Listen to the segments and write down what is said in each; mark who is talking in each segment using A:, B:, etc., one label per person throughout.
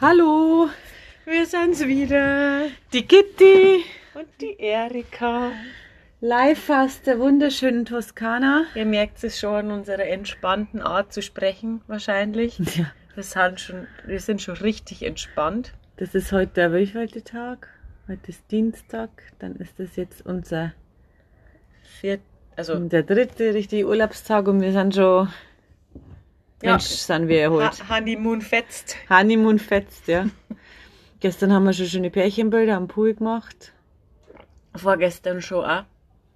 A: Hallo,
B: Wir sind's wieder.
A: die Kitty.
B: Und die Erika.
A: Live aus der wunderschönen Toskana.
B: Ihr merkt es schon an unserer entspannten Art zu sprechen, wahrscheinlich.
A: Ja,
B: Wir sind schon, wir sind schon richtig entspannt.
A: das ist heute der wievielte Tag? Heute ist Dienstag, dann ist das jetzt unser
B: Vier, also
A: der dritte richtige Urlaubstag und wir sind schon,
B: Ja.
A: Mensch, sind wir erholt.
B: ha Honeymoon fetzt.
A: Honeymoon fetzt, ja. Gestern haben wir schon schöne Pärchenbilder am Pool gemacht.
B: Vorgestern schon auch.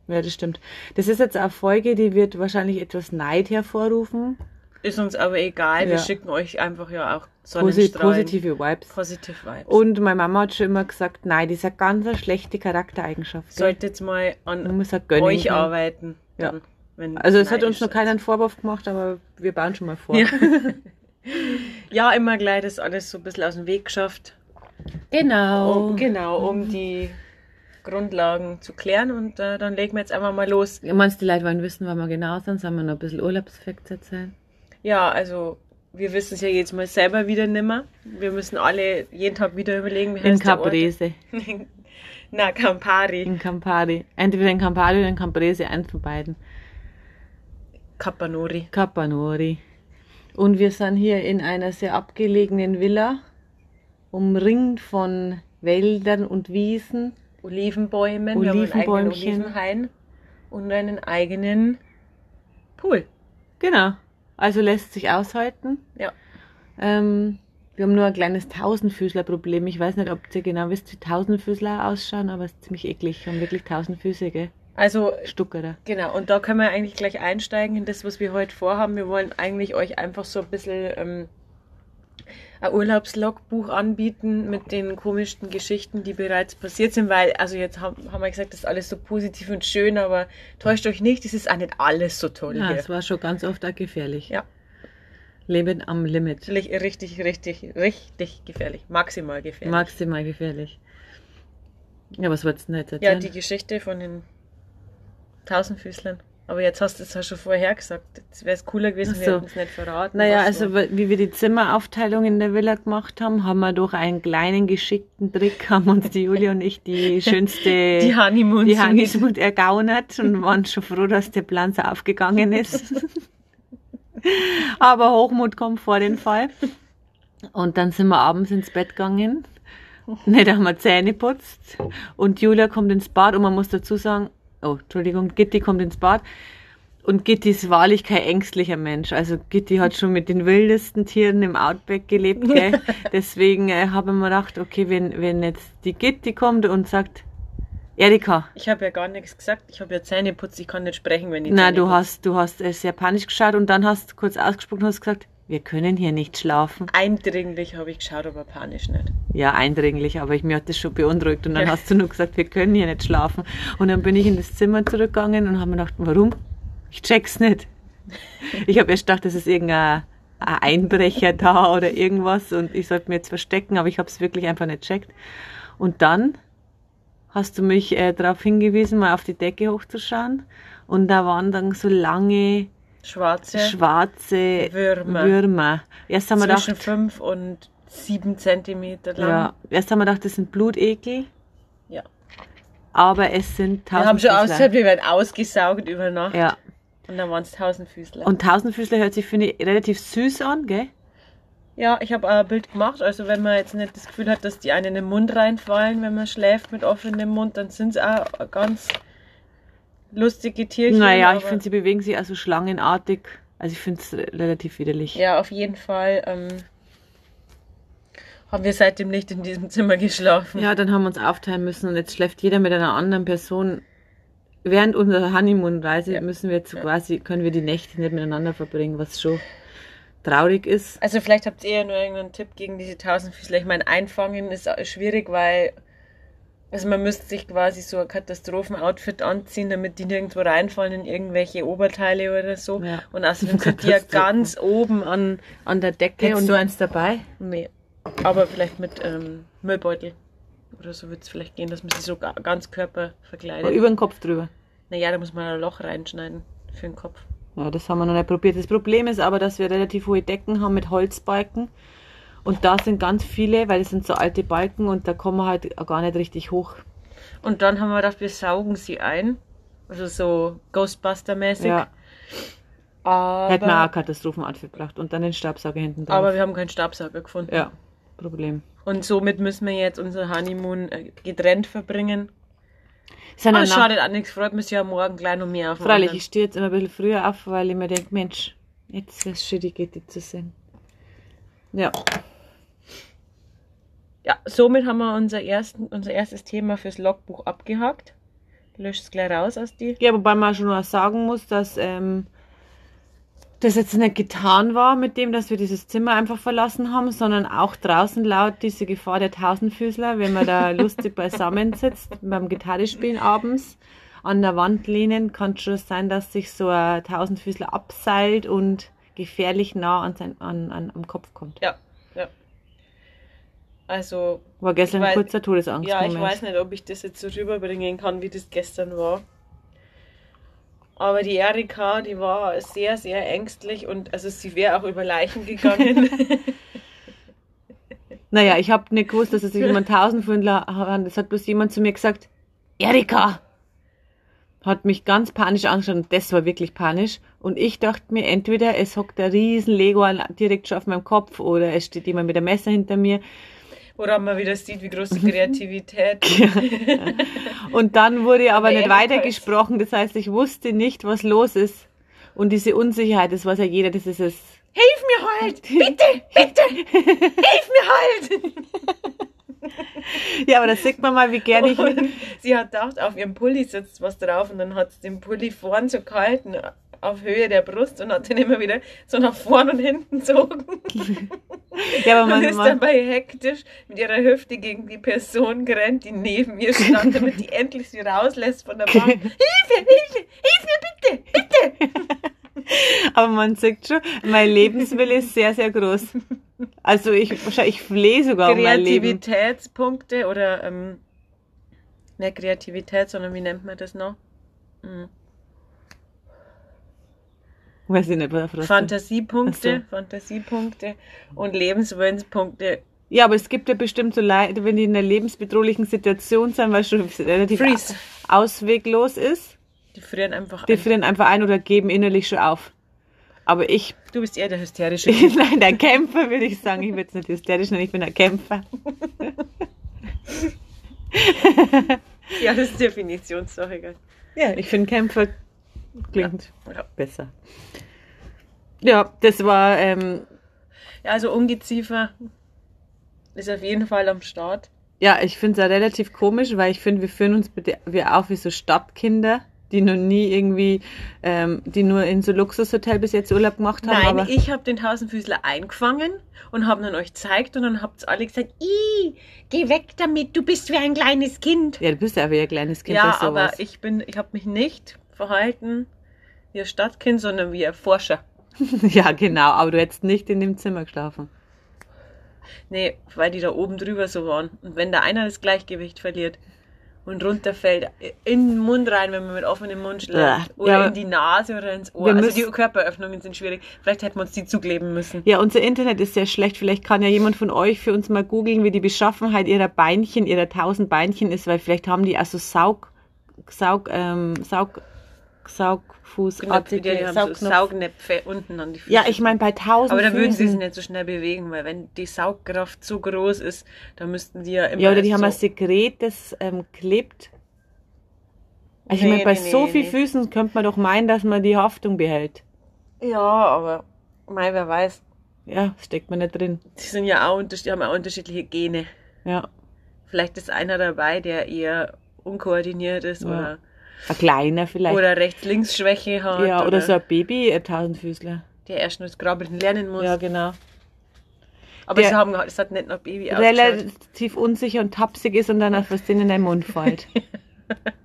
A: Ja, das stimmt. Das ist jetzt eine Folge, die wird wahrscheinlich etwas Neid hervorrufen.
B: Ist uns aber egal. Wir
A: Ja.
B: schicken euch einfach ja auch
A: Posi
B: Sonnenstrahlen.
A: positive Vibes.
B: Positive Vibes.
A: Und meine Mama hat schon immer gesagt, nein, das ist eine ganz eine schlechte Charaktereigenschaft. gell?
B: Sollte jetzt mal
A: Man
B: an
A: muss ja gönnen.
B: euch
A: können.
B: arbeiten.
A: Ja.
B: dann, wenn
A: Also es hat
B: neidisch
A: uns noch
B: seid.
A: keinen Vorwurf gemacht, aber wir bauen schon mal vor.
B: Ja. ja, immer gleich das alles so ein bisschen aus dem Weg geschafft.
A: Genau.
B: Um, genau, um die Grundlagen zu klären und äh, dann legen wir jetzt einfach mal los.
A: Meinst du, die Leute wollen wissen, wann wir genau sind? Sollen wir noch ein bisschen Urlaubsfakt erzählen?
B: Ja, also wir wissen es ja jetzt mal selber wieder nimmer. Wir müssen alle jeden Tag wieder überlegen, wie
A: In
B: heißt der Ort?
A: Caprese,
B: Na, Campari.
A: in Campari. Entweder in Campari oder in Caprese, ein von beiden.
B: Capanori.
A: Capanori. Und wir sind hier in einer sehr abgelegenen Villa, umringt von Wäldern und Wiesen.
B: Olivenbäumen. Wir haben einen eigenen
A: Olivenbäumchen.
B: Olivenhain und einen eigenen Pool.
A: Genau. Also lässt sich aushalten.
B: Ja.
A: Ähm, wir haben nur ein kleines Tausendfüßler-Problem. Ich weiß nicht, ob ihr genau wisst, wie Tausendfüßler ausschauen, aber es ist ziemlich eklig. Wir haben wirklich tausend Füße, gell?
B: Also
A: Stuckerer.
B: Genau, und da können wir eigentlich gleich einsteigen in das, was wir heute vorhaben. Wir wollen eigentlich euch einfach so ein bisschen ähm, ein Urlaubslogbuch anbieten mit den komischsten Geschichten, die bereits passiert sind, weil, also jetzt haben, haben wir gesagt, das ist alles so positiv und schön, aber täuscht euch nicht, es ist auch nicht alles so toll
A: Ja,
B: hier.
A: es war schon ganz oft auch gefährlich.
B: Ja.
A: Leben am Limit.
B: Natürlich richtig, richtig, richtig gefährlich, maximal gefährlich.
A: Maximal gefährlich. Ja, was wolltest du denn jetzt
B: ja,
A: erzählen?
B: die Geschichte von den Tausendfüßlern. Aber jetzt hast du es ja schon vorher gesagt. Jetzt wäre es cooler gewesen,
A: Ach
B: wir
A: so.
B: hätten es nicht verraten.
A: Naja,
B: was
A: also w- wie wir die Zimmeraufteilung in der Villa gemacht haben, haben wir durch einen kleinen geschickten Trick, haben uns die Julia und ich die schönste
B: die Honeymoon
A: die Hanismut ergaunert und waren schon froh, dass der Plan so aufgegangen ist. Aber Hochmut kommt vor den Fall. Und dann sind wir abends ins Bett gegangen. Nicht haben wir Zähne putzt. Und Julia kommt ins Bad und man muss dazu sagen, oh, Entschuldigung, Gitti kommt ins Bad. Und Gitti ist wahrlich kein ängstlicher Mensch. Also Gitti hat schon mit den wildesten Tieren im Outback gelebt. Gell? Deswegen äh, habe ich mir gedacht, okay, wenn, wenn jetzt die Gitti kommt und sagt, Erika,
B: Ich habe ja gar nichts gesagt. Ich habe ja Zähne putzt. Ich kann nicht sprechen, wenn ich
A: na,
B: Zähne
A: du
B: putze.
A: hast, du hast äh, sehr panisch geschaut und dann hast du kurz ausgesprochen und hast gesagt, wir können hier nicht schlafen.
B: Eindringlich habe ich geschaut, aber panisch nicht.
A: Ja, eindringlich, aber ich, mir hat das schon beunruhigt. Und dann
B: Ja.
A: hast du nur gesagt, wir können hier nicht schlafen. Und dann bin ich in das Zimmer zurückgegangen und habe mir gedacht, warum? Ich check's nicht. Ich habe erst gedacht, das ist irgendein ein Einbrecher da oder irgendwas und ich sollte mir jetzt verstecken, aber ich habe es wirklich einfach nicht checkt. Und dann hast du mich äh, darauf hingewiesen, mal auf die Decke hochzuschauen. Und da waren dann so lange
B: Schwarze
A: schwarze
B: Würmer.
A: Würmer. Erst haben wir
B: zwischen
A: gedacht,
B: 5 und 7 Zentimeter lang.
A: ja, erst haben wir gedacht, das sind Blutegel,
B: Ja.
A: aber es sind
B: Wir haben schon ausgehört,
A: Tausendfüßler.
B: wir werden ausgesaugt über Nacht.
A: Ja.
B: Und dann waren es Tausendfüßler.
A: Und Tausendfüßler hört sich, finde ich, relativ süß an, gell?
B: Ja, ich habe auch ein Bild gemacht. Also wenn man jetzt nicht das Gefühl hat, dass die einen in den Mund reinfallen, wenn man schläft mit offenem Mund, dann sind es auch ganz lustige Tierchen.
A: naja, ich
B: aber-
A: finde, sie bewegen sich also schlangenartig. Also ich finde es relativ widerlich.
B: Ja, auf jeden Fall ähm, haben wir seitdem nicht in diesem Zimmer geschlafen.
A: Ja, dann haben wir uns aufteilen müssen und jetzt schläft jeder mit einer anderen Person. Während unserer Honeymoon-Reise
B: Ja.
A: müssen wir jetzt so quasi, können wir die Nächte nicht miteinander verbringen, was schon traurig ist.
B: Also vielleicht habt ihr ja nur irgendeinen Tipp gegen diese Tausendfüßler. Ich meine, einfangen ist schwierig, weil also man müsste sich quasi so ein Katastrophenoutfit anziehen, damit die nirgendwo reinfallen in irgendwelche Oberteile oder so.
A: Ja.
B: Und außerdem sind die ja
A: Katastrophen.
B: ganz oben an, an der Decke.
A: Hättest
B: und
A: du eins dabei?
B: Nee, aber vielleicht mit ähm, Müllbeutel oder so wird es vielleicht gehen, dass man sich so ga- ganz Körper verkleidet.
A: Über den Kopf drüber.
B: Naja, da muss man ein Loch reinschneiden für den Kopf.
A: Ja, das haben wir noch nicht probiert. Das Problem ist aber, dass wir relativ hohe Decken haben mit Holzbalken. Und da sind ganz viele, weil es sind so alte Balken und da kommen wir halt auch gar nicht richtig hoch.
B: Und dann haben wir gedacht, wir saugen sie ein. Also so Ghostbuster-mäßig.
A: Ja, hätten wir auch
B: Aber,
A: Katastrophenart gebracht und dann den Stabsauger hinten drauf.
B: aber wir haben keinen Stabsauger gefunden.
A: ja, Problem.
B: Und somit müssen wir jetzt unser Honeymoon äh, getrennt verbringen.
A: Sind
B: Aber
A: dann
B: es
A: nach-
B: schadet an nichts, freut mich ja morgen gleich noch mehr auf den
A: Freilich,
B: anderen.
A: ich stehe jetzt immer ein bisschen früher auf, weil ich mir denke, Mensch, jetzt wäre es schön, die Gitti zu sehen. Ja,
B: Ja, somit haben wir unser, ersten, unser erstes Thema fürs Logbuch abgehakt. Löscht es gleich raus aus die.
A: ja wobei man schon noch sagen muss, dass ähm, das jetzt nicht getan war mit dem, dass wir dieses Zimmer einfach verlassen haben, sondern auch draußen laut diese Gefahr der Tausendfüßler, wenn man da lustig beisammen sitzt beim Gitarrespielen abends an der Wand lehnen, kann schon sein, dass sich so ein Tausendfüßler abseilt und gefährlich nah an sein, an, an, am Kopf kommt.
B: Ja, ja. Also,
A: War gestern
B: Ich
A: ein
B: weiß-
A: kurzer
B: ja,
A: Todesangstmoment.
B: ich weiß nicht, ob ich das jetzt so rüberbringen kann, wie das gestern war. Aber die Erika, die war sehr, sehr ängstlich und also sie wäre auch über Leichen gegangen.
A: Naja, ich habe nicht gewusst, dass es sich um einen Tausendfündler handelt. Es hat bloß jemand zu mir gesagt, Erika! Hat mich ganz panisch angeschaut und das war wirklich panisch. Und ich dachte mir, entweder es hockt der riesen Lego an- direkt schon auf meinem Kopf oder es steht jemand mit einem Messer hinter mir.
B: Woran man wieder sieht, wie große Kreativität.
A: Und dann wurde aber
B: Aber
A: nicht
B: Erika
A: weitergesprochen. Das heißt, ich wusste nicht, was los ist. Und diese Unsicherheit, das weiß ja jeder, das ist es.
B: Hilf mir halt! Bitte, bitte! Hilf mir halt!
A: Ja, aber das sieht man mal, wie gerne ich
B: Und sie hat gedacht, auf ihrem Pulli sitzt was drauf und dann hat sie den Pulli vorn so gehalten, auf Höhe der Brust und hat den immer wieder so nach vorn und hinten gezogen
A: Ja, aber
B: und
A: man,
B: ist
A: man,
B: dabei hektisch mit ihrer Hüfte gegen die Person gerannt, die neben ihr stand, damit die endlich sie rauslässt von der Bank. Hilfe, Hilfe, hilf mir bitte, bitte!
A: Aber man sieht schon, mein Lebenswille ist sehr, sehr groß. Also ich, ich flehe sogar um mein Leben.
B: Kreativitätspunkte oder, ähm, nicht Kreativität, sondern wie nennt man das noch? Hm.
A: Weiß ich nicht, was was-
B: Fantasiepunkte,
A: Ach so.
B: Fantasiepunkte und Lebenswillenspunkte.
A: Ja, aber es gibt ja bestimmt so Leute, wenn die in einer lebensbedrohlichen Situation sind, weil schon relativ
B: Freeze.
A: ausweglos ist,
B: Die frieren einfach
A: die
B: ein.
A: frieren einfach ein oder geben innerlich schon auf. Aber ich,
B: Du bist eher der hysterische. Typ.
A: nein, der Kämpfer würde ich sagen, ich würde es nicht hysterisch nennen, ich bin ein Kämpfer.
B: ja, das ist Definitionssache. gell?
A: Ja, ich finde Kämpfer klingt
B: Ja.
A: besser. Ja, das war ähm,
B: Ja, also Ungeziefer ist auf jeden Fall am Start.
A: Ja, ich finde es ja relativ komisch, weil ich finde, wir führen uns bitte wir auf wie so Stadtkinder, die noch nie irgendwie, ähm, die nur in so Luxushotel bis jetzt Urlaub gemacht haben.
B: Nein,
A: aber
B: ich habe den Tausendfüßler eingefangen und habe ihn euch gezeigt und dann habt ihr alle gesagt, Ih, geh weg damit, du bist wie ein kleines Kind.
A: ja, du bist ja aber ein kleines Kind
B: ja,
A: bei sowas.
B: aber ich bin, ich habe mich nicht verhalten wie ein Stadtkind, sondern wie ein Forscher.
A: ja, genau, aber du hättest nicht in dem Zimmer geschlafen.
B: Nee, weil die da oben drüber so waren. Und wenn da einer das Gleichgewicht verliert und runterfällt, in den Mund rein, wenn man mit offenem Mund schlägt,
A: Bäh.
B: oder
A: Ja, aber
B: in die Nase oder ins Ohr.
A: wir
B: Also
A: müssen-
B: die Körperöffnungen sind schwierig. Vielleicht hätten wir uns die zukleben müssen.
A: Ja, unser Internet ist sehr schlecht. Vielleicht kann ja jemand von euch für uns mal googeln, wie die Beschaffenheit ihrer Beinchen, ihrer tausend Beinchen ist, weil vielleicht haben die also Saug, Saug, ähm, Saug,
B: Knöpfe, Genau, die
A: Saugfußartige
B: haben so
A: Saugnopf.
B: Saugnäpfe unten an die Füße.
A: Ja, ich meine bei tausend
B: Aber da würden sie es
A: Füßen.
B: nicht so schnell bewegen, weil wenn die Saugkraft so groß ist, dann müssten die ja immer.
A: Ja, oder die haben ein
B: so
A: Sekret, das ähm, klebt. Also ich meine,
B: Nee,
A: bei
B: nee,
A: so
B: nee,
A: viel
B: nee.
A: vielen Füßen könnte man doch meinen, dass man die Haftung behält.
B: ja, aber mei, wer weiß.
A: Ja, steckt man nicht drin.
B: Die sind ja auch unterschiedlich, haben ja auch unterschiedliche Gene.
A: Ja,
B: Vielleicht ist einer dabei, der eher unkoordiniert ist
A: Ja.
B: oder,
A: ein kleiner vielleicht.
B: oder Rechts-Links-Schwäche hat.
A: ja, oder, so ein Baby, ein Tausendfüßler.
B: Der erst nur das Grabbeln lernen muss.
A: Ja, genau.
B: Aber
A: der-
B: sie haben gesagt, es hat nicht nach Baby ausgeschaut.
A: Relativ unsicher und tapsig ist und dann auf was denen in den Mund fällt.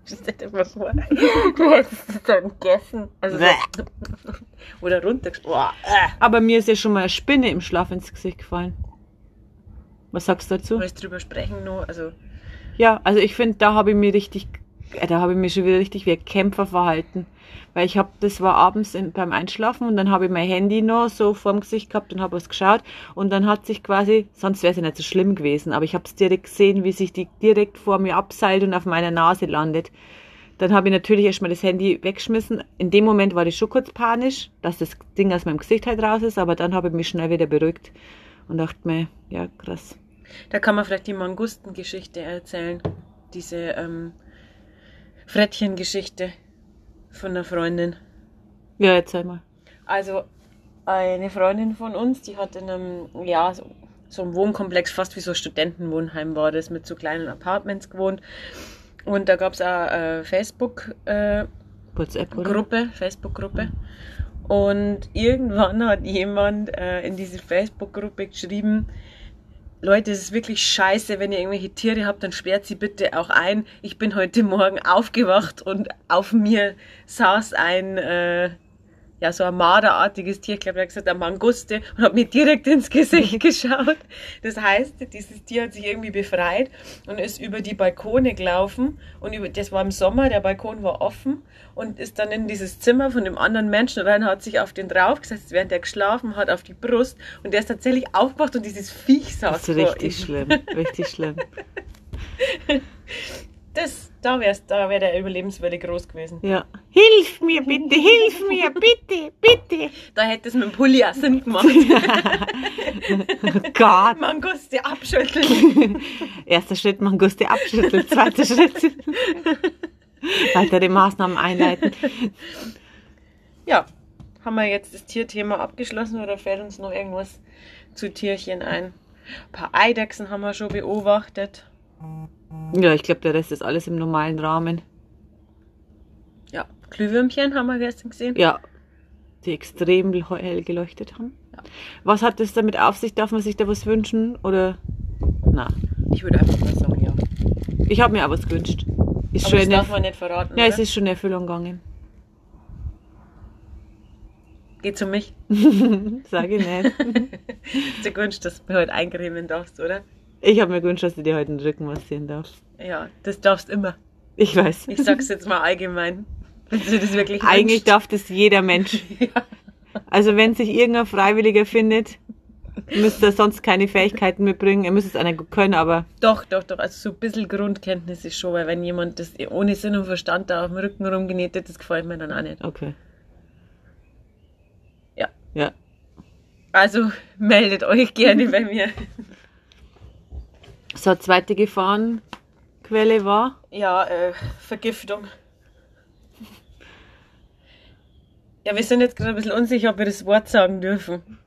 B: Stell dir mal vor, du hättest es dann gegessen. Also so,
A: Bäh.
B: oder runtergeschaut. Oh,
A: Aber mir ist ja schon mal eine Spinne im Schlaf ins Gesicht gefallen. Was sagst du dazu?
B: äh. drüber sprechen nur. Also,
A: Ja, also ich finde, da habe ich mir richtig, äh, da habe ich mich schon wieder richtig wie ein Kämpfer verhalten. Weil ich habe, das war abends in, beim Einschlafen und dann habe ich mein Handy noch so vorm Gesicht gehabt und habe was geschaut. Und dann hat sich quasi, sonst wäre es ja nicht so schlimm gewesen, aber ich habe es direkt gesehen, wie sich die direkt vor mir abseilt und auf meiner Nase landet. Dann habe ich natürlich erstmal das Handy weggeschmissen. In dem Moment war ich schon kurz panisch, dass das Ding aus meinem Gesicht halt raus ist, aber dann habe ich mich schnell wieder beruhigt und dachte mir, ja krass.
B: Da kann man vielleicht die Mangustengeschichte erzählen. Diese ähm, Frettchengeschichte von einer Freundin.
A: Ja, erzähl mal.
B: Also eine Freundin von uns, die hat in einem, ja, so, so einem Wohnkomplex, fast wie so ein Studentenwohnheim war das, mit so kleinen Apartments gewohnt. Und da gab es eine äh, Facebook-Gruppe,
A: WhatsApp, oder?
B: Facebook-Gruppe. Und irgendwann hat jemand äh, in diese Facebook-Gruppe geschrieben, Leute, es ist wirklich scheiße, wenn ihr irgendwelche Tiere habt, dann sperrt sie bitte auch ein. Ich bin heute Morgen aufgewacht und auf mir saß ein, äh, ja, so ein marderartiges Tier, ich glaube, er hat gesagt, ein Manguste und hat mir direkt ins Gesicht geschaut. Das heißt, dieses Tier hat sich irgendwie befreit und ist über die Balkone gelaufen und über, das war im Sommer, der Balkon war offen und ist dann in dieses Zimmer von dem anderen Menschen rein, hat sich auf den draufgesetzt, während er geschlafen hat, auf die Brust und der ist tatsächlich aufgewacht und dieses Viech saß
A: Das ist
B: vor
A: richtig
B: ihm.
A: schlimm, richtig schlimm.
B: Das, da wär's, da wäre der Überlebenswille groß gewesen.
A: Ja. Hilf mir bitte, hilf mir bitte, bitte.
B: Da hätte es mit dem Pulli auch Sinn gemacht.
A: Oh Gott.
B: Manguste abschütteln.
A: Erster Schritt Manguste abschütteln, zweiter Schritt weitere Maßnahmen einleiten.
B: Ja, haben wir jetzt das Tierthema abgeschlossen oder fällt uns noch irgendwas zu Tierchen ein? Ein paar Eidechsen haben wir schon beobachtet.
A: Ja, ich glaube, der Rest ist alles im normalen Rahmen.
B: Ja, Glühwürmchen haben wir gestern gesehen.
A: Ja, die extrem hell geleuchtet haben. Was hat es damit auf sich? Darf man sich da was wünschen? Oder? Na,
B: Ich würde einfach mal sagen, ja. Aber
A: ich habe mir auch was gewünscht. Ist schon
B: das
A: in
B: darf man
A: Erf-
B: nicht verraten.
A: ja,
B: oder?
A: es ist schon in Erfüllung gegangen.
B: Geht's um mich?
A: Sage ich nicht.
B: Zu Gunst, dass du mir heute eingremen darfst, oder?
A: Ich habe mir gewünscht, dass du dir heute den Rücken massieren darfst.
B: Ja, das darfst immer.
A: Ich weiß.
B: Ich sag's jetzt mal allgemein. Wenn du das wirklich
A: Eigentlich
B: wünschst.
A: darf das jeder Mensch.
B: Ja.
A: Also wenn sich irgendein Freiwilliger findet, müsste er sonst keine Fähigkeiten mitbringen. Er müsste es einer können, aber
B: Doch, doch, doch. Also so ein bisschen Grundkenntnis ist schon, weil wenn jemand das ohne Sinn und Verstand da auf dem Rücken rumgenetet, das gefällt mir dann auch nicht.
A: okay.
B: Ja.
A: Ja.
B: Also meldet euch gerne bei mir.
A: So, zweite Gefahrenquelle war.
B: Ja, äh, Vergiftung. Ja, wir sind jetzt gerade ein bisschen unsicher, ob wir das Wort sagen dürfen.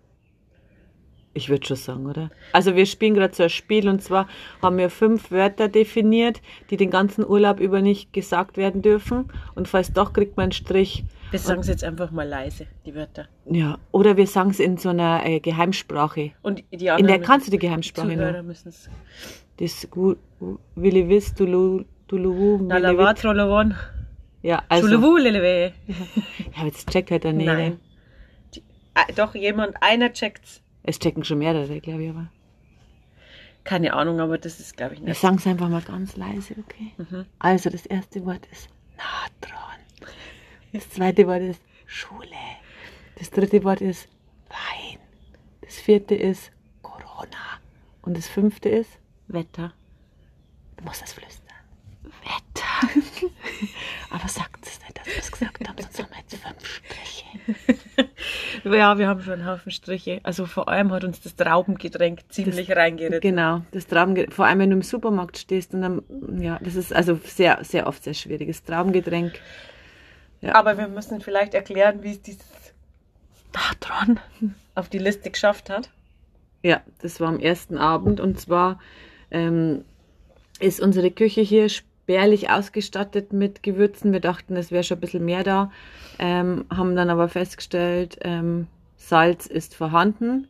A: Ich würde schon sagen, oder? Also wir spielen gerade so ein Spiel und zwar haben wir fünf Wörter definiert, die den ganzen Urlaub über nicht gesagt werden dürfen. Und falls doch, kriegt man einen Strich.
B: Wir sagen es jetzt einfach mal leise, die Wörter.
A: Ja. Oder wir sagen es in so einer äh, Geheimsprache.
B: Und die
A: In der
B: anderen
A: kannst du die
B: die
A: Geheimsprache
B: Zuhörer
A: nur.
B: müssen es.
A: Das Gu- Willi Wiss, Dulu, Dulu, Willi Witt.
B: Nalavatro Lovon.
A: Ja, also.
B: Schulewu, Lelewe.
A: Ja, aber jetzt checkt halt dann jeder.
B: Nein. Die, ah, doch, jemand, einer checkt's.
A: Es checken schon mehrere, glaube ich, aber.
B: Keine Ahnung, aber das ist, glaube ich,
A: Wir
B: nicht.
A: sagen es einfach mal ganz leise, okay? Also, das erste Wort ist Natron. Das zweite Wort ist Schule. Das dritte Wort ist Wein. Das vierte ist Corona. Und das fünfte ist,
B: Wetter.
A: du musst das flüstern. Wetter. aber sagt es nicht, dass wir es gesagt haben, sonst haben wir jetzt fünf Striche.
B: Ja, wir haben schon einen Haufen Striche. Also vor allem hat uns das Traubengetränk ziemlich reingeritten.
A: Genau, das Traubengetränk, vor allem wenn du im Supermarkt stehst und dann, ja, das ist also sehr, sehr oft sehr schwieriges Traubengetränk.
B: Aber wir müssen vielleicht erklären, wie es dieses
A: Natron.
B: auf die Liste geschafft hat.
A: Ja, das war am ersten Abend und zwar ähm, ist unsere Küche hier spärlich ausgestattet mit Gewürzen. Wir dachten, es wäre schon ein bisschen mehr da, ähm, haben dann aber festgestellt, ähm, Salz ist vorhanden,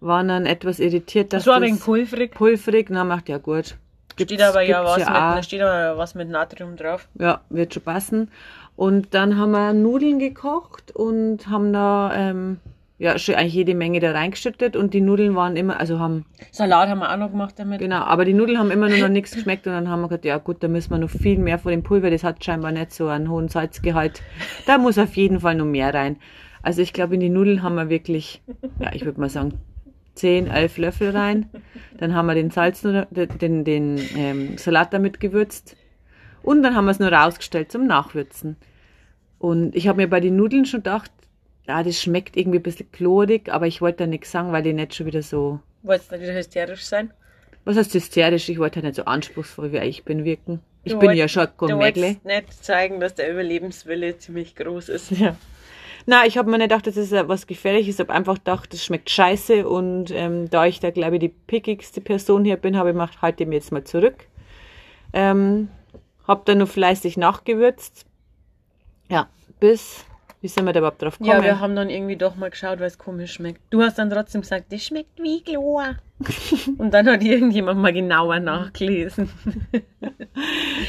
A: waren dann etwas irritiert, dass
B: Das war
A: das
B: wegen pulverig.
A: pulverig, na macht ja gut.
B: Steht aber, ja
A: gibt's
B: was mit,
A: auch.
B: da steht aber was mit Natrium drauf.
A: Ja, wird schon passen. Und dann haben wir Nudeln gekocht und haben da ähm, ja, schon eigentlich jede Menge da reingeschüttet und die Nudeln waren immer, also haben,
B: Salat haben wir auch noch gemacht damit.
A: genau, aber die Nudeln haben immer nur noch nichts geschmeckt und dann haben wir gesagt, ja gut, da müssen wir noch viel mehr von dem Pulver, das hat scheinbar nicht so einen hohen Salzgehalt. Da muss auf jeden Fall noch mehr rein. Also ich glaube, in die Nudeln haben wir wirklich, ja, ich würde mal sagen, 10, 11 Löffel rein. Dann haben wir den Salz, nur- den, den, den ähm, Salat damit gewürzt. Und dann haben wir es nur rausgestellt zum Nachwürzen. Und ich habe mir bei den Nudeln schon gedacht, ja, das schmeckt irgendwie ein bisschen chlorig, aber ich wollte da nichts sagen, weil die nicht schon wieder so,
B: Wolltest du nicht wieder hysterisch sein?
A: was heißt hysterisch, ich wollte halt nicht so anspruchsvoll wie ich bin wirken. Ich bin ja schon
B: Du
A: Gourmetle.
B: wolltest nicht zeigen, dass der Überlebenswille ziemlich groß ist.
A: Ja. Na, ich habe mir nicht gedacht, dass es das was Gefährliches ist. Ich habe einfach gedacht, das schmeckt scheiße. Und ähm, da ich da, glaube ich, die pickigste Person hier bin, habe ich gemacht, halte mir jetzt mal zurück. Ähm, habe dann nur fleißig nachgewürzt. Ja, bis, wie sind wir da überhaupt drauf gekommen?
B: Ja, wir haben dann irgendwie doch mal geschaut, weil es komisch schmeckt. Du hast dann trotzdem gesagt, das schmeckt wie Chlor. Und dann hat irgendjemand mal genauer nachgelesen.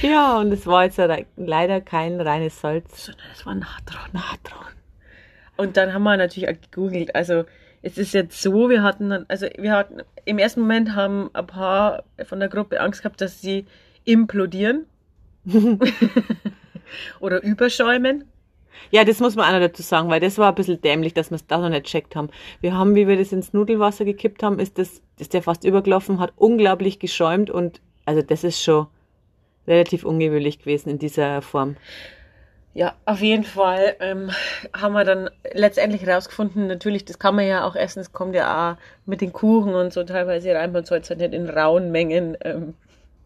A: ja, und es war jetzt le- leider kein reines Salz.
B: Das war Natron.
A: Natron.
B: Und dann haben wir natürlich auch gegoogelt. Also es ist jetzt so, wir hatten dann, also wir hatten im ersten Moment haben ein paar von der Gruppe Angst gehabt, dass sie implodieren oder überschäumen.
A: Ja, das muss man auch noch dazu sagen, weil das war ein bisschen dämlich, dass wir es da noch nicht checkt haben. Wir haben, wie wir das ins Nudelwasser gekippt haben, ist das, ist der fast übergelaufen, hat unglaublich geschäumt und also das ist schon relativ ungewöhnlich gewesen in dieser Form.
B: Ja, auf jeden Fall ähm, haben wir dann letztendlich rausgefunden, natürlich, das kann man ja auch essen, es kommt ja auch mit den Kuchen und so teilweise rein, man soll es halt nicht in rauen Mengen ähm,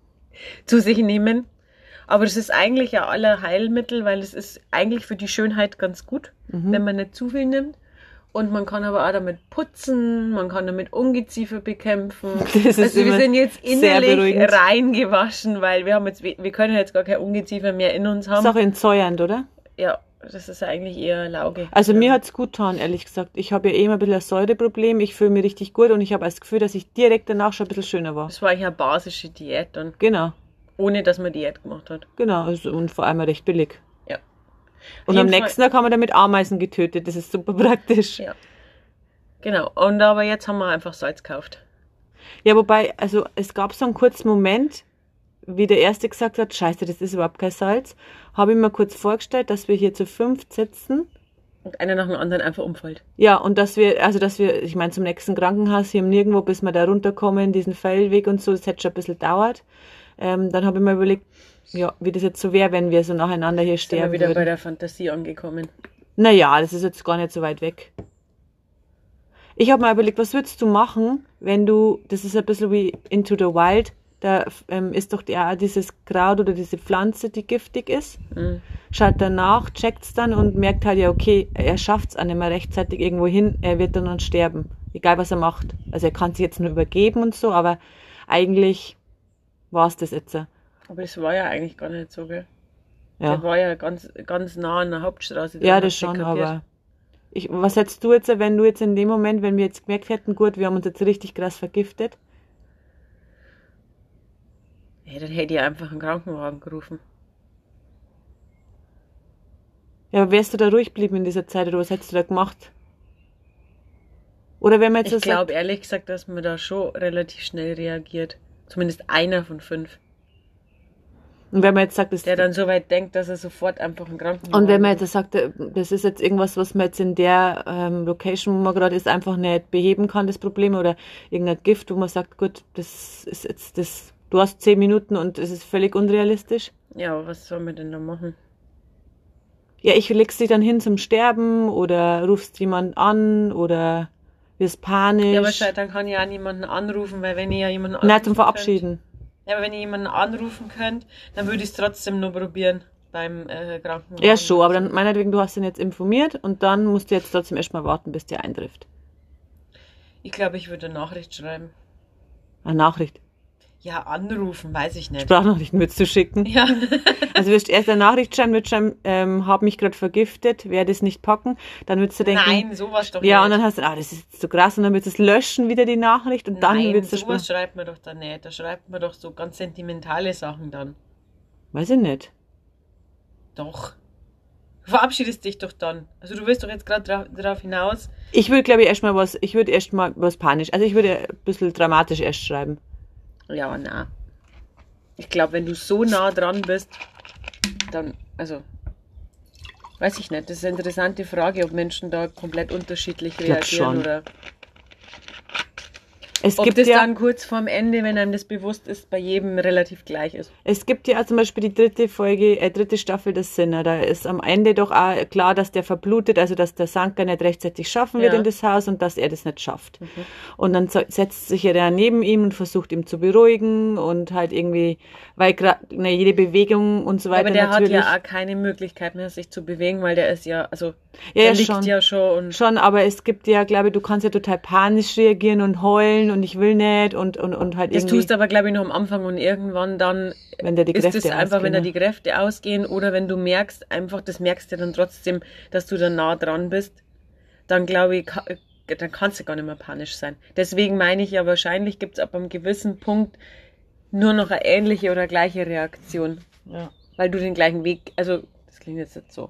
B: zu sich nehmen. Aber das ist eigentlich ja aller Heilmittel, weil es ist eigentlich für die Schönheit ganz gut,
A: Mhm.
B: wenn man nicht zu viel nimmt. Und man kann aber auch damit putzen, man kann damit Ungeziefer bekämpfen.
A: Das ist
B: also wir
A: immer
B: sind jetzt
A: sehr
B: innerlich
A: beruhigend.
B: reingewaschen, weil wir haben jetzt, we- wir können jetzt gar kein Ungeziefer mehr in uns haben.
A: Ist auch entsäuernd, oder?
B: Ja, das ist ja eigentlich eher Lauge.
A: Also mir
B: Ähm,
A: hat's gut getan, ehrlich gesagt. Ich habe ja eh immer ein bisschen ein Säureproblem, ich fühle mich richtig gut und ich habe das Gefühl, dass ich direkt danach schon ein bisschen schöner war.
B: Das war ja eine basische Diät dann,
A: Genau,
B: ohne dass man Diät gemacht hat.
A: genau. Also, und vor allem recht billig.
B: Ja.
A: Und
B: Auf
A: am
B: jeden Fall-
A: nächsten Tag haben wir damit Ameisen getötet. Das ist super praktisch.
B: Ja. Genau. Und aber jetzt haben wir einfach Salz gekauft.
A: Ja, wobei, also es gab so einen kurzen Moment, wie der Erste gesagt hat, scheiße, das ist überhaupt kein Salz, habe ich mir kurz vorgestellt, dass wir hier zu fünf sitzen.
B: Und einer nach dem anderen einfach umfällt.
A: Ja, und dass wir, also dass wir, ich meine, zum nächsten Krankenhaus, hier im Nirgendwo, bis wir da runterkommen, diesen Feldweg und so, das hätte schon ein bisschen dauert. Ähm, dann habe ich mir überlegt, ja, wie das jetzt so wäre, wenn wir so nacheinander hier
B: Sind wir
A: sterben
B: wieder bei
A: würden.
B: der Fantasie angekommen.
A: Naja, das ist jetzt gar nicht so weit weg. Ich habe mal überlegt, was würdest du machen, wenn du, das ist ein bisschen wie Into the Wild, da ähm, ist doch ja dieses Kraut oder diese Pflanze, die giftig ist.
B: Mhm.
A: Schaut danach, checkt's dann und merkt halt ja, okay, er schafft's auch nicht mehr rechtzeitig irgendwo hin, er wird dann und sterben. Egal was er macht. Also er kann sich jetzt nur übergeben und so, aber eigentlich war's das jetzt. Ja.
B: Aber das war ja eigentlich gar nicht so, gell? Der
A: Ja,
B: war ja ganz, ganz nah an der Hauptstraße.
A: ja
B: hat
A: das
B: nicht
A: schon,
B: kapiert.
A: aber. Ich, was hättest du jetzt, wenn du jetzt in dem Moment, wenn wir jetzt gemerkt hätten, gut, wir haben uns jetzt richtig krass vergiftet?
B: Hey, dann hätte ich einfach einen Krankenwagen gerufen.
A: Ja, aber wärst du da ruhig geblieben in dieser Zeit oder was hättest du da gemacht? Oder wenn man jetzt
B: Ich
A: so sagt,
B: glaube ehrlich gesagt, dass man da schon relativ schnell reagiert. Zumindest einer von fünf.
A: und wenn man jetzt sagt, das,
B: Der dann so weit denkt, dass er sofort einfach einen Krankenwagen
A: und wenn man jetzt sagt, das ist jetzt irgendwas, was man jetzt in der ähm, Location, wo man gerade ist, einfach nicht beheben kann, das Problem oder irgendein Gift, wo man sagt, gut, das ist jetzt das, du hast zehn Minuten und es ist völlig unrealistisch.
B: Ja, aber was soll man denn da machen?
A: Ja, ich legst dich dann hin zum Sterben oder rufst jemand an oder wirst panisch.
B: Ja, aber scheiße, dann kann ich ja niemanden anrufen, weil wenn ihr ja jemanden
A: Nein, zum
B: anrufen
A: Verabschieden.
B: Könnt, ja, aber wenn ihr jemanden anrufen könnt, dann würde ich es trotzdem nur probieren beim äh, Krankenwagen.
A: Ja, schon, aber dann meinetwegen, du hast ihn jetzt informiert und dann musst du jetzt trotzdem erstmal warten, bis der eintrifft.
B: Ich glaube, ich würde eine Nachricht schreiben.
A: Eine Nachricht.
B: Ja, anrufen, weiß ich nicht.
A: Sprachnachrichten würdest du schicken.
B: Ja.
A: Also wirst du erst eine Nachricht schreiben, würdest schreiben, ähm, hab mich gerade vergiftet, werde es nicht packen. Dann würdest du denken,
B: Nein, sowas doch
A: ja, und
B: nicht.
A: dann hast du, ah, das ist jetzt zu krass, und dann würdest du es löschen, wieder die Nachricht, und dann
B: Nein,
A: würdest du
B: sowas
A: sprechen.
B: schreibt man doch dann nicht. Da schreibt man doch so ganz sentimentale Sachen dann.
A: Weiß ich nicht.
B: Doch. verabschiedest dich doch dann. Also du willst doch jetzt gerade darauf hinaus.
A: Ich würde, glaube ich, erstmal was, ich würde erstmal was panisch, also ich würde ein bisschen dramatisch erst schreiben.
B: Ja, na. Ich glaube, wenn du so nah dran bist, dann, also, weiß ich nicht. Das ist eine interessante Frage, ob Menschen da komplett unterschiedlich
A: glaub
B: reagieren
A: schon.
B: oder
A: Es
B: ob
A: gibt
B: das
A: ja,
B: dann kurz vorm Ende, wenn einem das bewusst ist, bei jedem relativ gleich ist.
A: es gibt ja zum Beispiel die dritte Folge, äh, dritte Staffel des Sinner. Da ist am Ende doch auch klar, dass der verblutet, also dass der Sanker nicht rechtzeitig schaffen wird
B: Ja.
A: in
B: Mhm.
A: das Haus und dass er das nicht schafft. Und dann so- setzt sich ja der neben ihm und versucht ihm zu beruhigen und halt irgendwie, weil gerade ne, jede Bewegung und so weiter
B: Aber der
A: natürlich.
B: hat ja auch keine Möglichkeit mehr, sich zu bewegen, weil der ist ja, also,
A: Ja,
B: der
A: ja,
B: liegt
A: schon.
B: ja schon und
A: Schon, aber es gibt ja, glaube ich, du kannst ja total panisch reagieren und heulen und ich will nicht und, und, und halt
B: Das
A: irgendwie,
B: tust du aber, glaube ich, noch am Anfang und irgendwann dann
A: wenn der die
B: ist
A: Kräfte
B: es einfach, wenn da
A: ausgehen,
B: die Kräfte ausgehen oder wenn du merkst, einfach, das merkst du dann trotzdem, dass du da nah dran bist, dann glaube ich, ka- dann kannst du gar nicht mehr panisch sein. Deswegen meine ich ja, wahrscheinlich gibt es ab einem gewissen Punkt nur noch eine ähnliche oder gleiche Reaktion,
A: ne? ja.
B: weil du den gleichen Weg, also das klingt jetzt nicht so,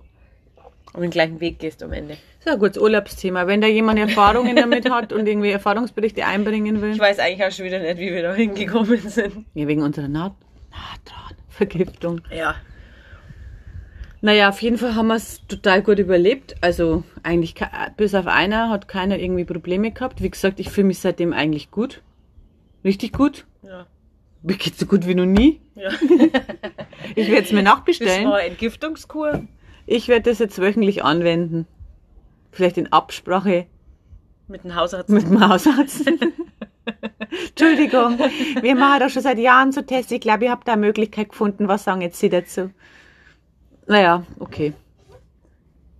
B: um den gleichen Weg gehst am Ende.
A: So, gutes Urlaubsthema. Wenn da jemand Erfahrungen damit hat und irgendwie Erfahrungsberichte einbringen will.
B: Ich weiß eigentlich auch schon wieder nicht, wie wir da hingekommen sind.
A: Ja, wegen unserer Naht Nahtradvergiftung.
B: Ja.
A: Naja, auf jeden Fall haben wir es total gut überlebt. Also eigentlich, ke- bis auf einer hat keiner irgendwie Probleme gehabt. Wie gesagt, ich fühle mich seitdem eigentlich gut. Richtig gut.
B: Ja.
A: Mir geht's so gut wie noch nie.
B: ja.
A: Ich werde es mir
B: Das
A: nachbestellen.
B: war eine Entgiftungskur.
A: Ich werde das jetzt wöchentlich anwenden. Vielleicht in Absprache
B: Mit dem Hausarzt.
A: mit dem Hausarzt. Entschuldigung, wir machen das schon seit Jahren so Tests. Ich glaube, ich habe da eine Möglichkeit gefunden. Was sagen jetzt Sie dazu? Naja, okay.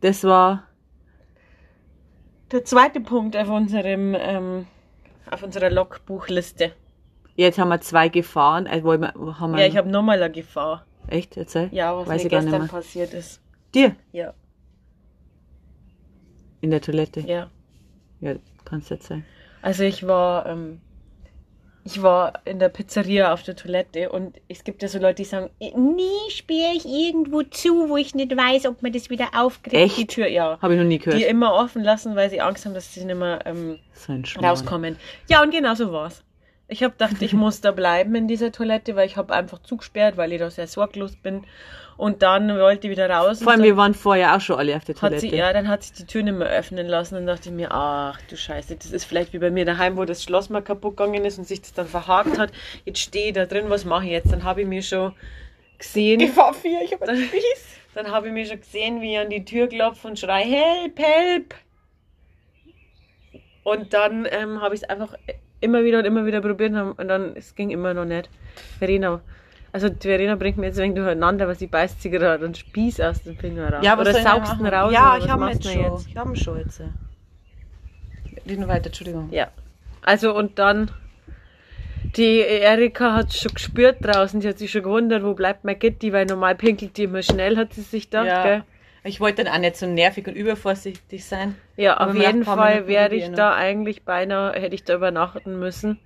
A: Das war
B: Der zweite Punkt auf unserem ähm, auf unserer Logbuchliste.
A: Jetzt haben wir zwei Gefahren. Also wollen wir, haben wir,
B: Ja, ich habe nochmal eine Gefahr.
A: Echt? Erzähl.
B: Ja, was
A: Weiß
B: mir
A: ich gar nicht
B: gestern
A: mehr.
B: passiert ist.
A: Dir
B: Ja,
A: in der Toilette.
B: ja.
A: Ja, kannst du erzählen.
B: Also ich war ähm, ich war in der Pizzeria auf der Toilette und es gibt ja so Leute, die sagen,
C: Nie sperre ich irgendwo zu, wo ich nicht weiß, ob man das wieder aufkriegt.
B: die
A: Echt?
B: Tür, ja.
A: Habe ich noch nie gehört.
B: Die immer offen lassen, weil sie Angst haben, dass sie nicht mehr ähm,
A: so ein Schmarrn.
B: rauskommen. Ja, und genau so war's. Ich habe gedacht, ich muss da bleiben in dieser Toilette, weil ich habe einfach zugesperrt, weil ich da sehr sorglos bin. Und dann wollte ich wieder raus.
A: Vor allem,
B: und
A: wir waren vorher auch schon alle auf der
B: dann
A: Toilette.
B: hat sie, ja, dann hat sich die Tür nicht mehr öffnen lassen. Dann dachte ich mir, ach du Scheiße, das ist vielleicht wie bei mir daheim, wo das Schloss mal kaputt gegangen ist und sich das dann verhakt hat. Jetzt stehe ich da drin, was mache ich jetzt? Dann habe ich mir schon gesehen. Gefahr 4, ich habe einen Spieß. Dann habe ich mir schon gesehen, wie ich an die Tür klopfe und schrei, help, help. Und dann ähm, habe ich es einfach immer wieder und immer wieder probiert und dann- und dann, es ging immer noch nicht. Verena, also die Verena bringt mir jetzt wegen durcheinander, weil sie beißt sie gerade und spießt aus dem Finger raus. oder saugst ihn raus.
A: Ja,
B: oder was
A: ich habe
B: machst
A: jetzt
B: du
A: schon. Ich habe schon jetzt. Reden weiter, Entschuldigung.
B: Ja. Also und dann, die Erika hat schon gespürt draußen, sie hat sich schon gewundert, wo bleibt mein Gitti, weil normal pinkelt die immer schnell, hat sie sich gedacht,
A: Ja.
B: gell?
A: Ich wollte dann auch nicht so nervig und übervorsichtig sein.
B: Ja,
A: Aber
B: auf
A: nach
B: jeden
A: ein paar
B: Fall
A: Minuten
B: wäre
A: geht
B: ich
A: ihr
B: da eigentlich beinahe, hätte ich da übernachten müssen.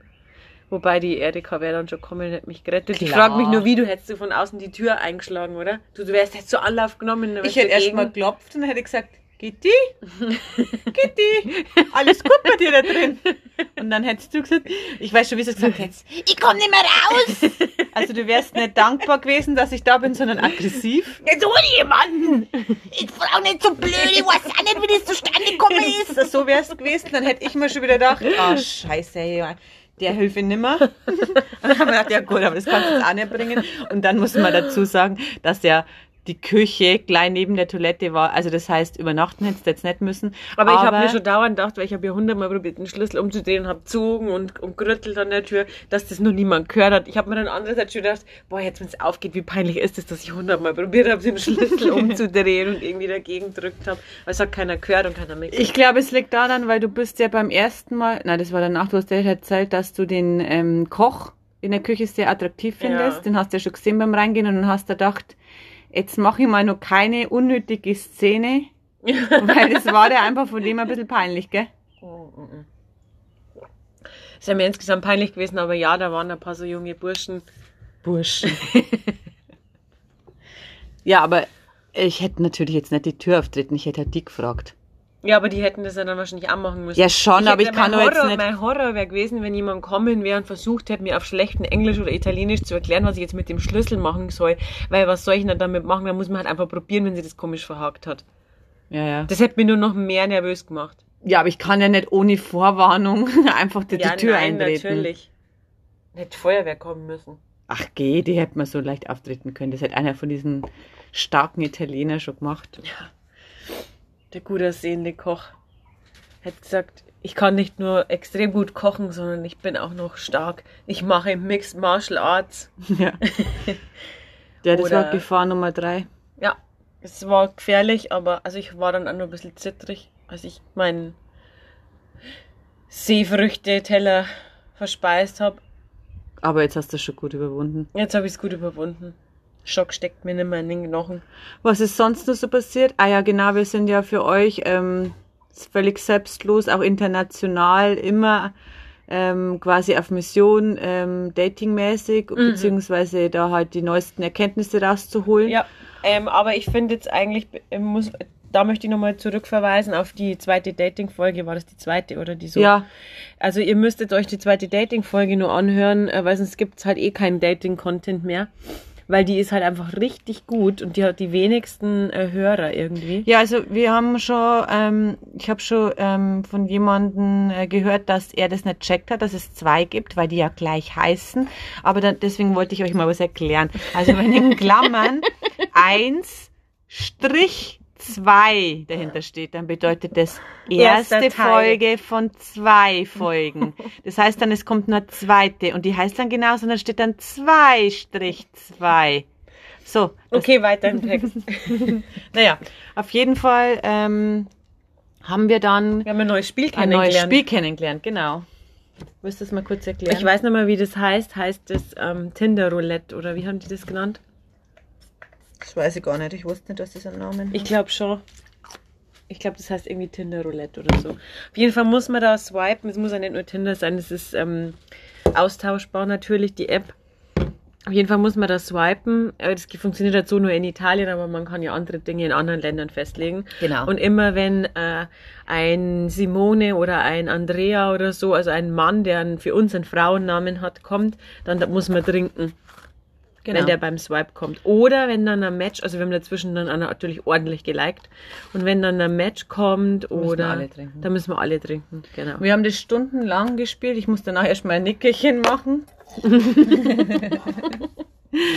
B: Wobei die Erika wäre dann schon gekommen und hätte mich gerettet. Ich
A: Klar.
B: frage mich nur, wie du hättest du von außen die Tür eingeschlagen, oder? Du, du wärst hättest so Anlauf genommen. dann
A: Ich hätte
B: wärst du
A: erst mal
B: gegen-
A: geklopft und hätte gesagt, Gitti, Gitti, alles gut bei dir da drin. Und dann hättest du gesagt, ich weiß schon, wie du es gesagt hättest.
C: Ich komme nicht mehr raus!
A: Also du wärst nicht dankbar gewesen, dass ich da bin, sondern aggressiv.
C: Jetzt hol ich jemanden! Ich Frau nicht so blöd, ich weiß auch nicht, wie das zustande gekommen ist!
A: Das so wärst gewesen, dann hätte ich mir schon wieder gedacht, ah scheiße, ey, der Hilfe nimmer. Und dann haben wir gedacht, ja gut, aber das kannst du jetzt auch nicht bringen. Und dann muss man dazu sagen, dass ja die Küche gleich neben der Toilette war. Also das heißt, übernachten hättest du jetzt nicht müssen.
B: Aber, ich habe mir schon dauernd gedacht, weil ich habe ja hundertmal probiert, den Schlüssel umzudrehen und habe gezogen und, und gerüttelt an der Tür, dass das nur niemand gehört hat. Ich habe mir dann andererseits schon gedacht, boah, jetzt, wenn es aufgeht, wie peinlich ist es, dass ich hundertmal probiert habe, den Schlüssel umzudrehen und irgendwie dagegen gedrückt habe. Aber es hat keiner gehört und keiner mitgekriegt.
A: Ich glaube, es liegt daran, weil du bist ja beim ersten Mal, na, das war danach, du hast ja erzählt, dass du den ähm, Koch in der Küche sehr attraktiv
B: Ja.
A: findest. Den hast du ja schon gesehen beim Reingehen und dann hast du gedacht, jetzt mache ich mal noch keine unnötige Szene, weil das war ja einfach von dem ein bisschen peinlich, gell?
B: Ist ja mir insgesamt peinlich gewesen, aber ja, da waren ein paar so junge Burschen.
A: Burschen. ja, aber Ich hätte natürlich jetzt nicht die Tür auftreten, ich hätte halt die gefragt.
B: Ja, aber die hätten das ja dann wahrscheinlich anmachen müssen.
A: Ja, schon, aber ich
B: hätte-
A: kann
B: mein
A: doch jetzt
B: Horror,
A: nicht.
B: Mein Horror wäre gewesen, wenn jemand kommen wäre und versucht hätte, mir auf schlechtem Englisch oder Italienisch zu erklären, was ich jetzt mit dem Schlüssel machen soll. Weil was soll ich denn damit machen? Da muss man halt einfach probieren, wenn sie das komisch verhakt hat.
A: Ja, ja.
B: Das hätte mich nur noch mehr nervös gemacht.
A: ja, aber ich kann ja nicht ohne Vorwarnung einfach die, die Tür eintreten.
B: natürlich. Hätte Feuerwehr kommen müssen.
A: Ach geh, die hätte man so leicht auftreten können. Das hätte einer von diesen starken Italienern schon gemacht.
B: Der gut aussehende Koch hätte gesagt, ich kann nicht nur extrem gut kochen, sondern ich bin auch noch stark. Ich mache Mixed Martial Arts.
A: Ja, ja das
B: Oder-
A: war Gefahr Nummer drei.
B: Ja, es war gefährlich, aber also ich war dann auch noch ein bisschen zittrig, als ich meinen Seefrüchte-Teller verspeist habe.
A: Aber jetzt hast du es schon gut überwunden.
B: Jetzt habe ich es gut überwunden. Schock steckt mir nicht mehr in den Knochen.
A: Was ist sonst noch so passiert? Ah ja, genau, wir sind ja für euch ähm, völlig selbstlos, auch international, immer ähm, quasi auf Mission, ähm, datingmäßig,
B: Mhm.
A: beziehungsweise da halt die neuesten Erkenntnisse rauszuholen.
B: Ja, ähm, aber ich finde jetzt eigentlich, äh, muss, da möchte ich nochmal zurückverweisen auf die zweite Dating-Folge. War das die zweite oder die so?
A: Ja,
B: Also ihr müsstet euch die zweite Dating-Folge nur anhören, äh, weil sonst gibt's halt eh keinen Dating-Content mehr. Weil die ist halt einfach richtig gut und die hat die wenigsten äh, Hörer irgendwie.
A: Ja, also wir haben schon, ähm, ich habe schon ähm, von jemandem äh, gehört, dass er das nicht checkt hat, dass es zwei gibt, weil die ja gleich heißen. Aber dann, deswegen wollte ich euch mal was erklären. Also wenn in Klammern eins Strich zwei dahinter steht, dann bedeutet das
B: Erster
A: erste
B: Teil.
A: Folge von zwei Folgen. Das heißt dann, es kommt nur zweite und die heißt dann genauso und dann steht dann zwei Strich zwei. So, das
B: Okay, weiter im Text.
A: naja, auf jeden Fall ähm, haben wir dann
B: Wir haben ein neues Spiel
A: ein
B: kennengelernt.
A: neues Spiel kennengelernt, genau. Willst du das mal kurz erklären?
B: Ich weiß nicht mal, wie das heißt. Heißt das ähm, Tinder-Roulette oder wie haben die das genannt?
A: das weiß ich gar nicht. Ich wusste nicht, dass das einen Namen
B: Ich glaube schon. Ich glaube, das heißt irgendwie Tinder Roulette oder so. Auf jeden Fall muss man da swipen. Es muss ja nicht nur Tinder sein, es ist ähm, austauschbar natürlich, die App. Auf jeden Fall muss man da swipen. Äh, Das funktioniert halt so nur in Italien, aber man kann ja andere Dinge in anderen Ländern festlegen.
A: Genau.
B: Und immer wenn äh, ein Simone oder ein Andrea oder so, also ein Mann, der einen, für uns einen Frauennamen hat, kommt, dann da muss man trinken wenn der beim Swipe kommt. Oder wenn dann ein Match, also wir haben dazwischen dann auch natürlich ordentlich geliked. Und wenn dann ein Match kommt
A: müssen
B: oder.
A: alle trinken.
B: Da müssen wir alle trinken, genau.
A: wir haben das stundenlang gespielt. Ich muss danach erstmal ein Nickerchen machen.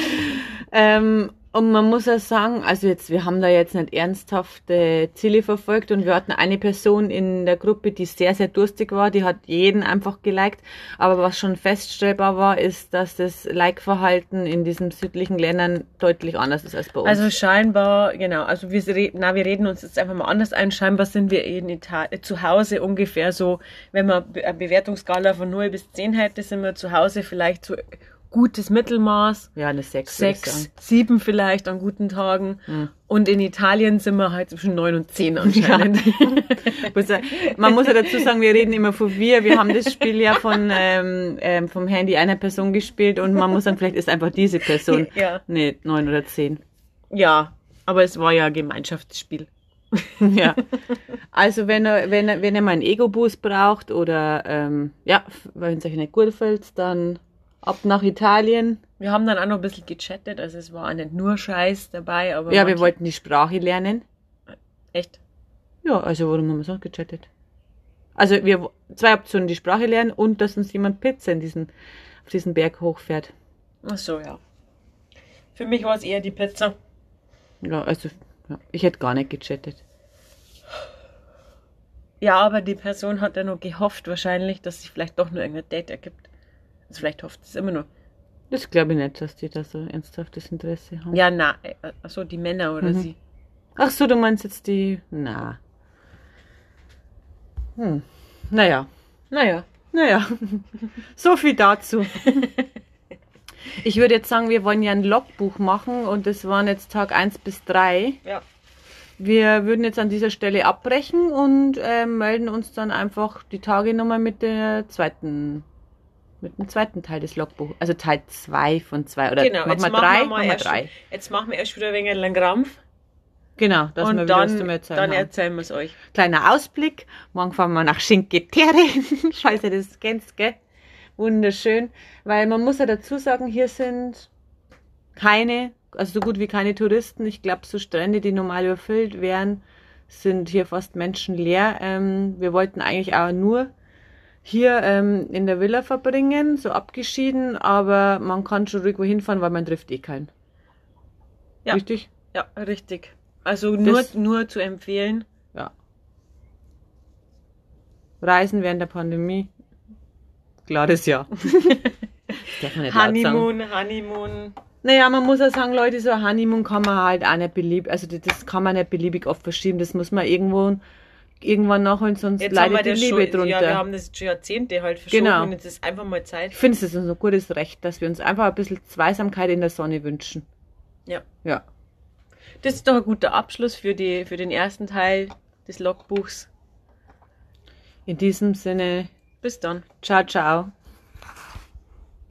A: ähm, und man muss ja sagen, also jetzt, wir haben da jetzt nicht ernsthafte Ziele verfolgt und wir hatten eine Person in der Gruppe, die sehr, sehr durstig war, die hat jeden einfach geliked. Aber was schon feststellbar war, ist, dass das Like-Verhalten in diesen südlichen Ländern deutlich anders ist als bei uns.
B: Also scheinbar, genau, also wir, re- na, wir reden uns jetzt einfach mal anders ein. Scheinbar sind wir in Italien, zu Hause ungefähr so, wenn man be- eine Bewertungsskala von 0 bis 10 hätte, sind wir zu Hause vielleicht so gutes Mittelmaß.
A: ja, eine Sex. würde ich
B: Sechs,
A: sagen.
B: sieben vielleicht an guten Tagen. Und in Italien sind wir halt zwischen neun und zehn anscheinend.
A: Muss ja- Man muss ja dazu sagen, wir reden immer von wir. Wir haben das Spiel ja von, ähm, ähm, vom Handy einer Person gespielt und man muss sagen, vielleicht ist einfach diese Person.
B: Ja.
A: Nee, neun oder zehn.
B: Ja, aber es war ja ein Gemeinschaftsspiel.
A: Ja. Also wenn ihr, wenn ihr, wenn ihr mal einen Ego-Boost braucht oder ähm, ja, wenn es euch nicht gut fällt, dann ab nach Italien.
B: Wir haben dann auch noch ein bisschen gechattet, also es war auch nicht nur Scheiß dabei, aber.
A: Ja, wir
B: manche-
A: wollten die Sprache lernen.
B: Echt?
A: Ja, also warum haben wir sonst gechattet? Also wir wo- zwei Optionen, die Sprache lernen und dass uns jemand Pizza in diesen, auf diesen Berg hochfährt.
B: Ach so, ja. Für mich war es eher die Pizza.
A: Ja, also ja, ich hätte gar nicht gechattet.
B: Ja, aber die Person hat ja nur gehofft, wahrscheinlich, dass sich vielleicht doch nur irgendein Date ergibt. Also vielleicht hofft es immer nur.
A: Das glaube ich nicht, dass die da so ernsthaftes Interesse haben.
B: Ja, na, äh, ach so, die Männer oder
A: Mhm.
B: sie.
A: Ach so, du meinst jetzt die. Na. Hm. Naja,
B: Naja.
A: naja. so viel dazu. Ich würde jetzt sagen, wir wollen ja ein Logbuch machen und das waren jetzt Tag 1 bis 3.
B: Ja.
A: Wir würden jetzt an dieser Stelle abbrechen und äh, melden uns dann einfach die Tage nochmal mit der zweiten, mit dem zweiten Teil des Logbuchs. Also Teil 2 von 2 oder
B: Genau,
A: machen
B: jetzt
A: wir
B: machen
A: drei,
B: wir mal
A: machen wir
B: erst-
A: drei.
B: Jetzt machen wir erst wieder ein wenig einen Krampf.
A: Genau, dass wir
B: und
A: wieder was
B: dann,
A: zum Erzählen
B: dann
A: haben.
B: erzählen wir es euch.
A: Kleiner Ausblick. Morgen fahren wir nach Cinque Terre. Scheiße, das kennst, gell? Wunderschön. Weil man muss ja dazu sagen, hier sind keine, also so gut wie keine Touristen. Ich glaube, so Strände, die normal überfüllt wären, sind hier fast menschenleer. Ähm, wir wollten eigentlich auch nur hier ähm, in der Villa verbringen, so abgeschieden, aber man kann schon ruhig wohin fahren, weil man trifft eh keinen.
B: Ja.
A: Richtig?
B: Ja, richtig. Also nur,
A: Das-
B: nur zu empfehlen.
A: Ja. Reisen während der Pandemie. Klares Ja. das darf man nicht laut sagen.
B: Honeymoon, Honeymoon.
A: Naja, man muss ja sagen, Leute, so ein Honeymoon kann man halt auch nicht beliebig, also das- das kann man nicht beliebig oft verschieben. Das muss man irgendwo, irgendwann nachholen, sonst
B: Jetzt haben wir
A: leidet die
B: das
A: Liebe
B: schon,
A: drunter.
B: ja, wir haben das schon Jahrzehnte halt verschoben
A: Genau.
B: und jetzt ist einfach mal Zeit.
A: ich finde, es ist unser gutes Recht, dass wir uns einfach ein bisschen Zweisamkeit in der Sonne wünschen.
B: Ja.
A: Ja.
B: Das ist doch ein guter Abschluss für, die, für den ersten Teil des Logbuchs.
A: In diesem Sinne,
B: Bis dann.
A: ciao, ciao.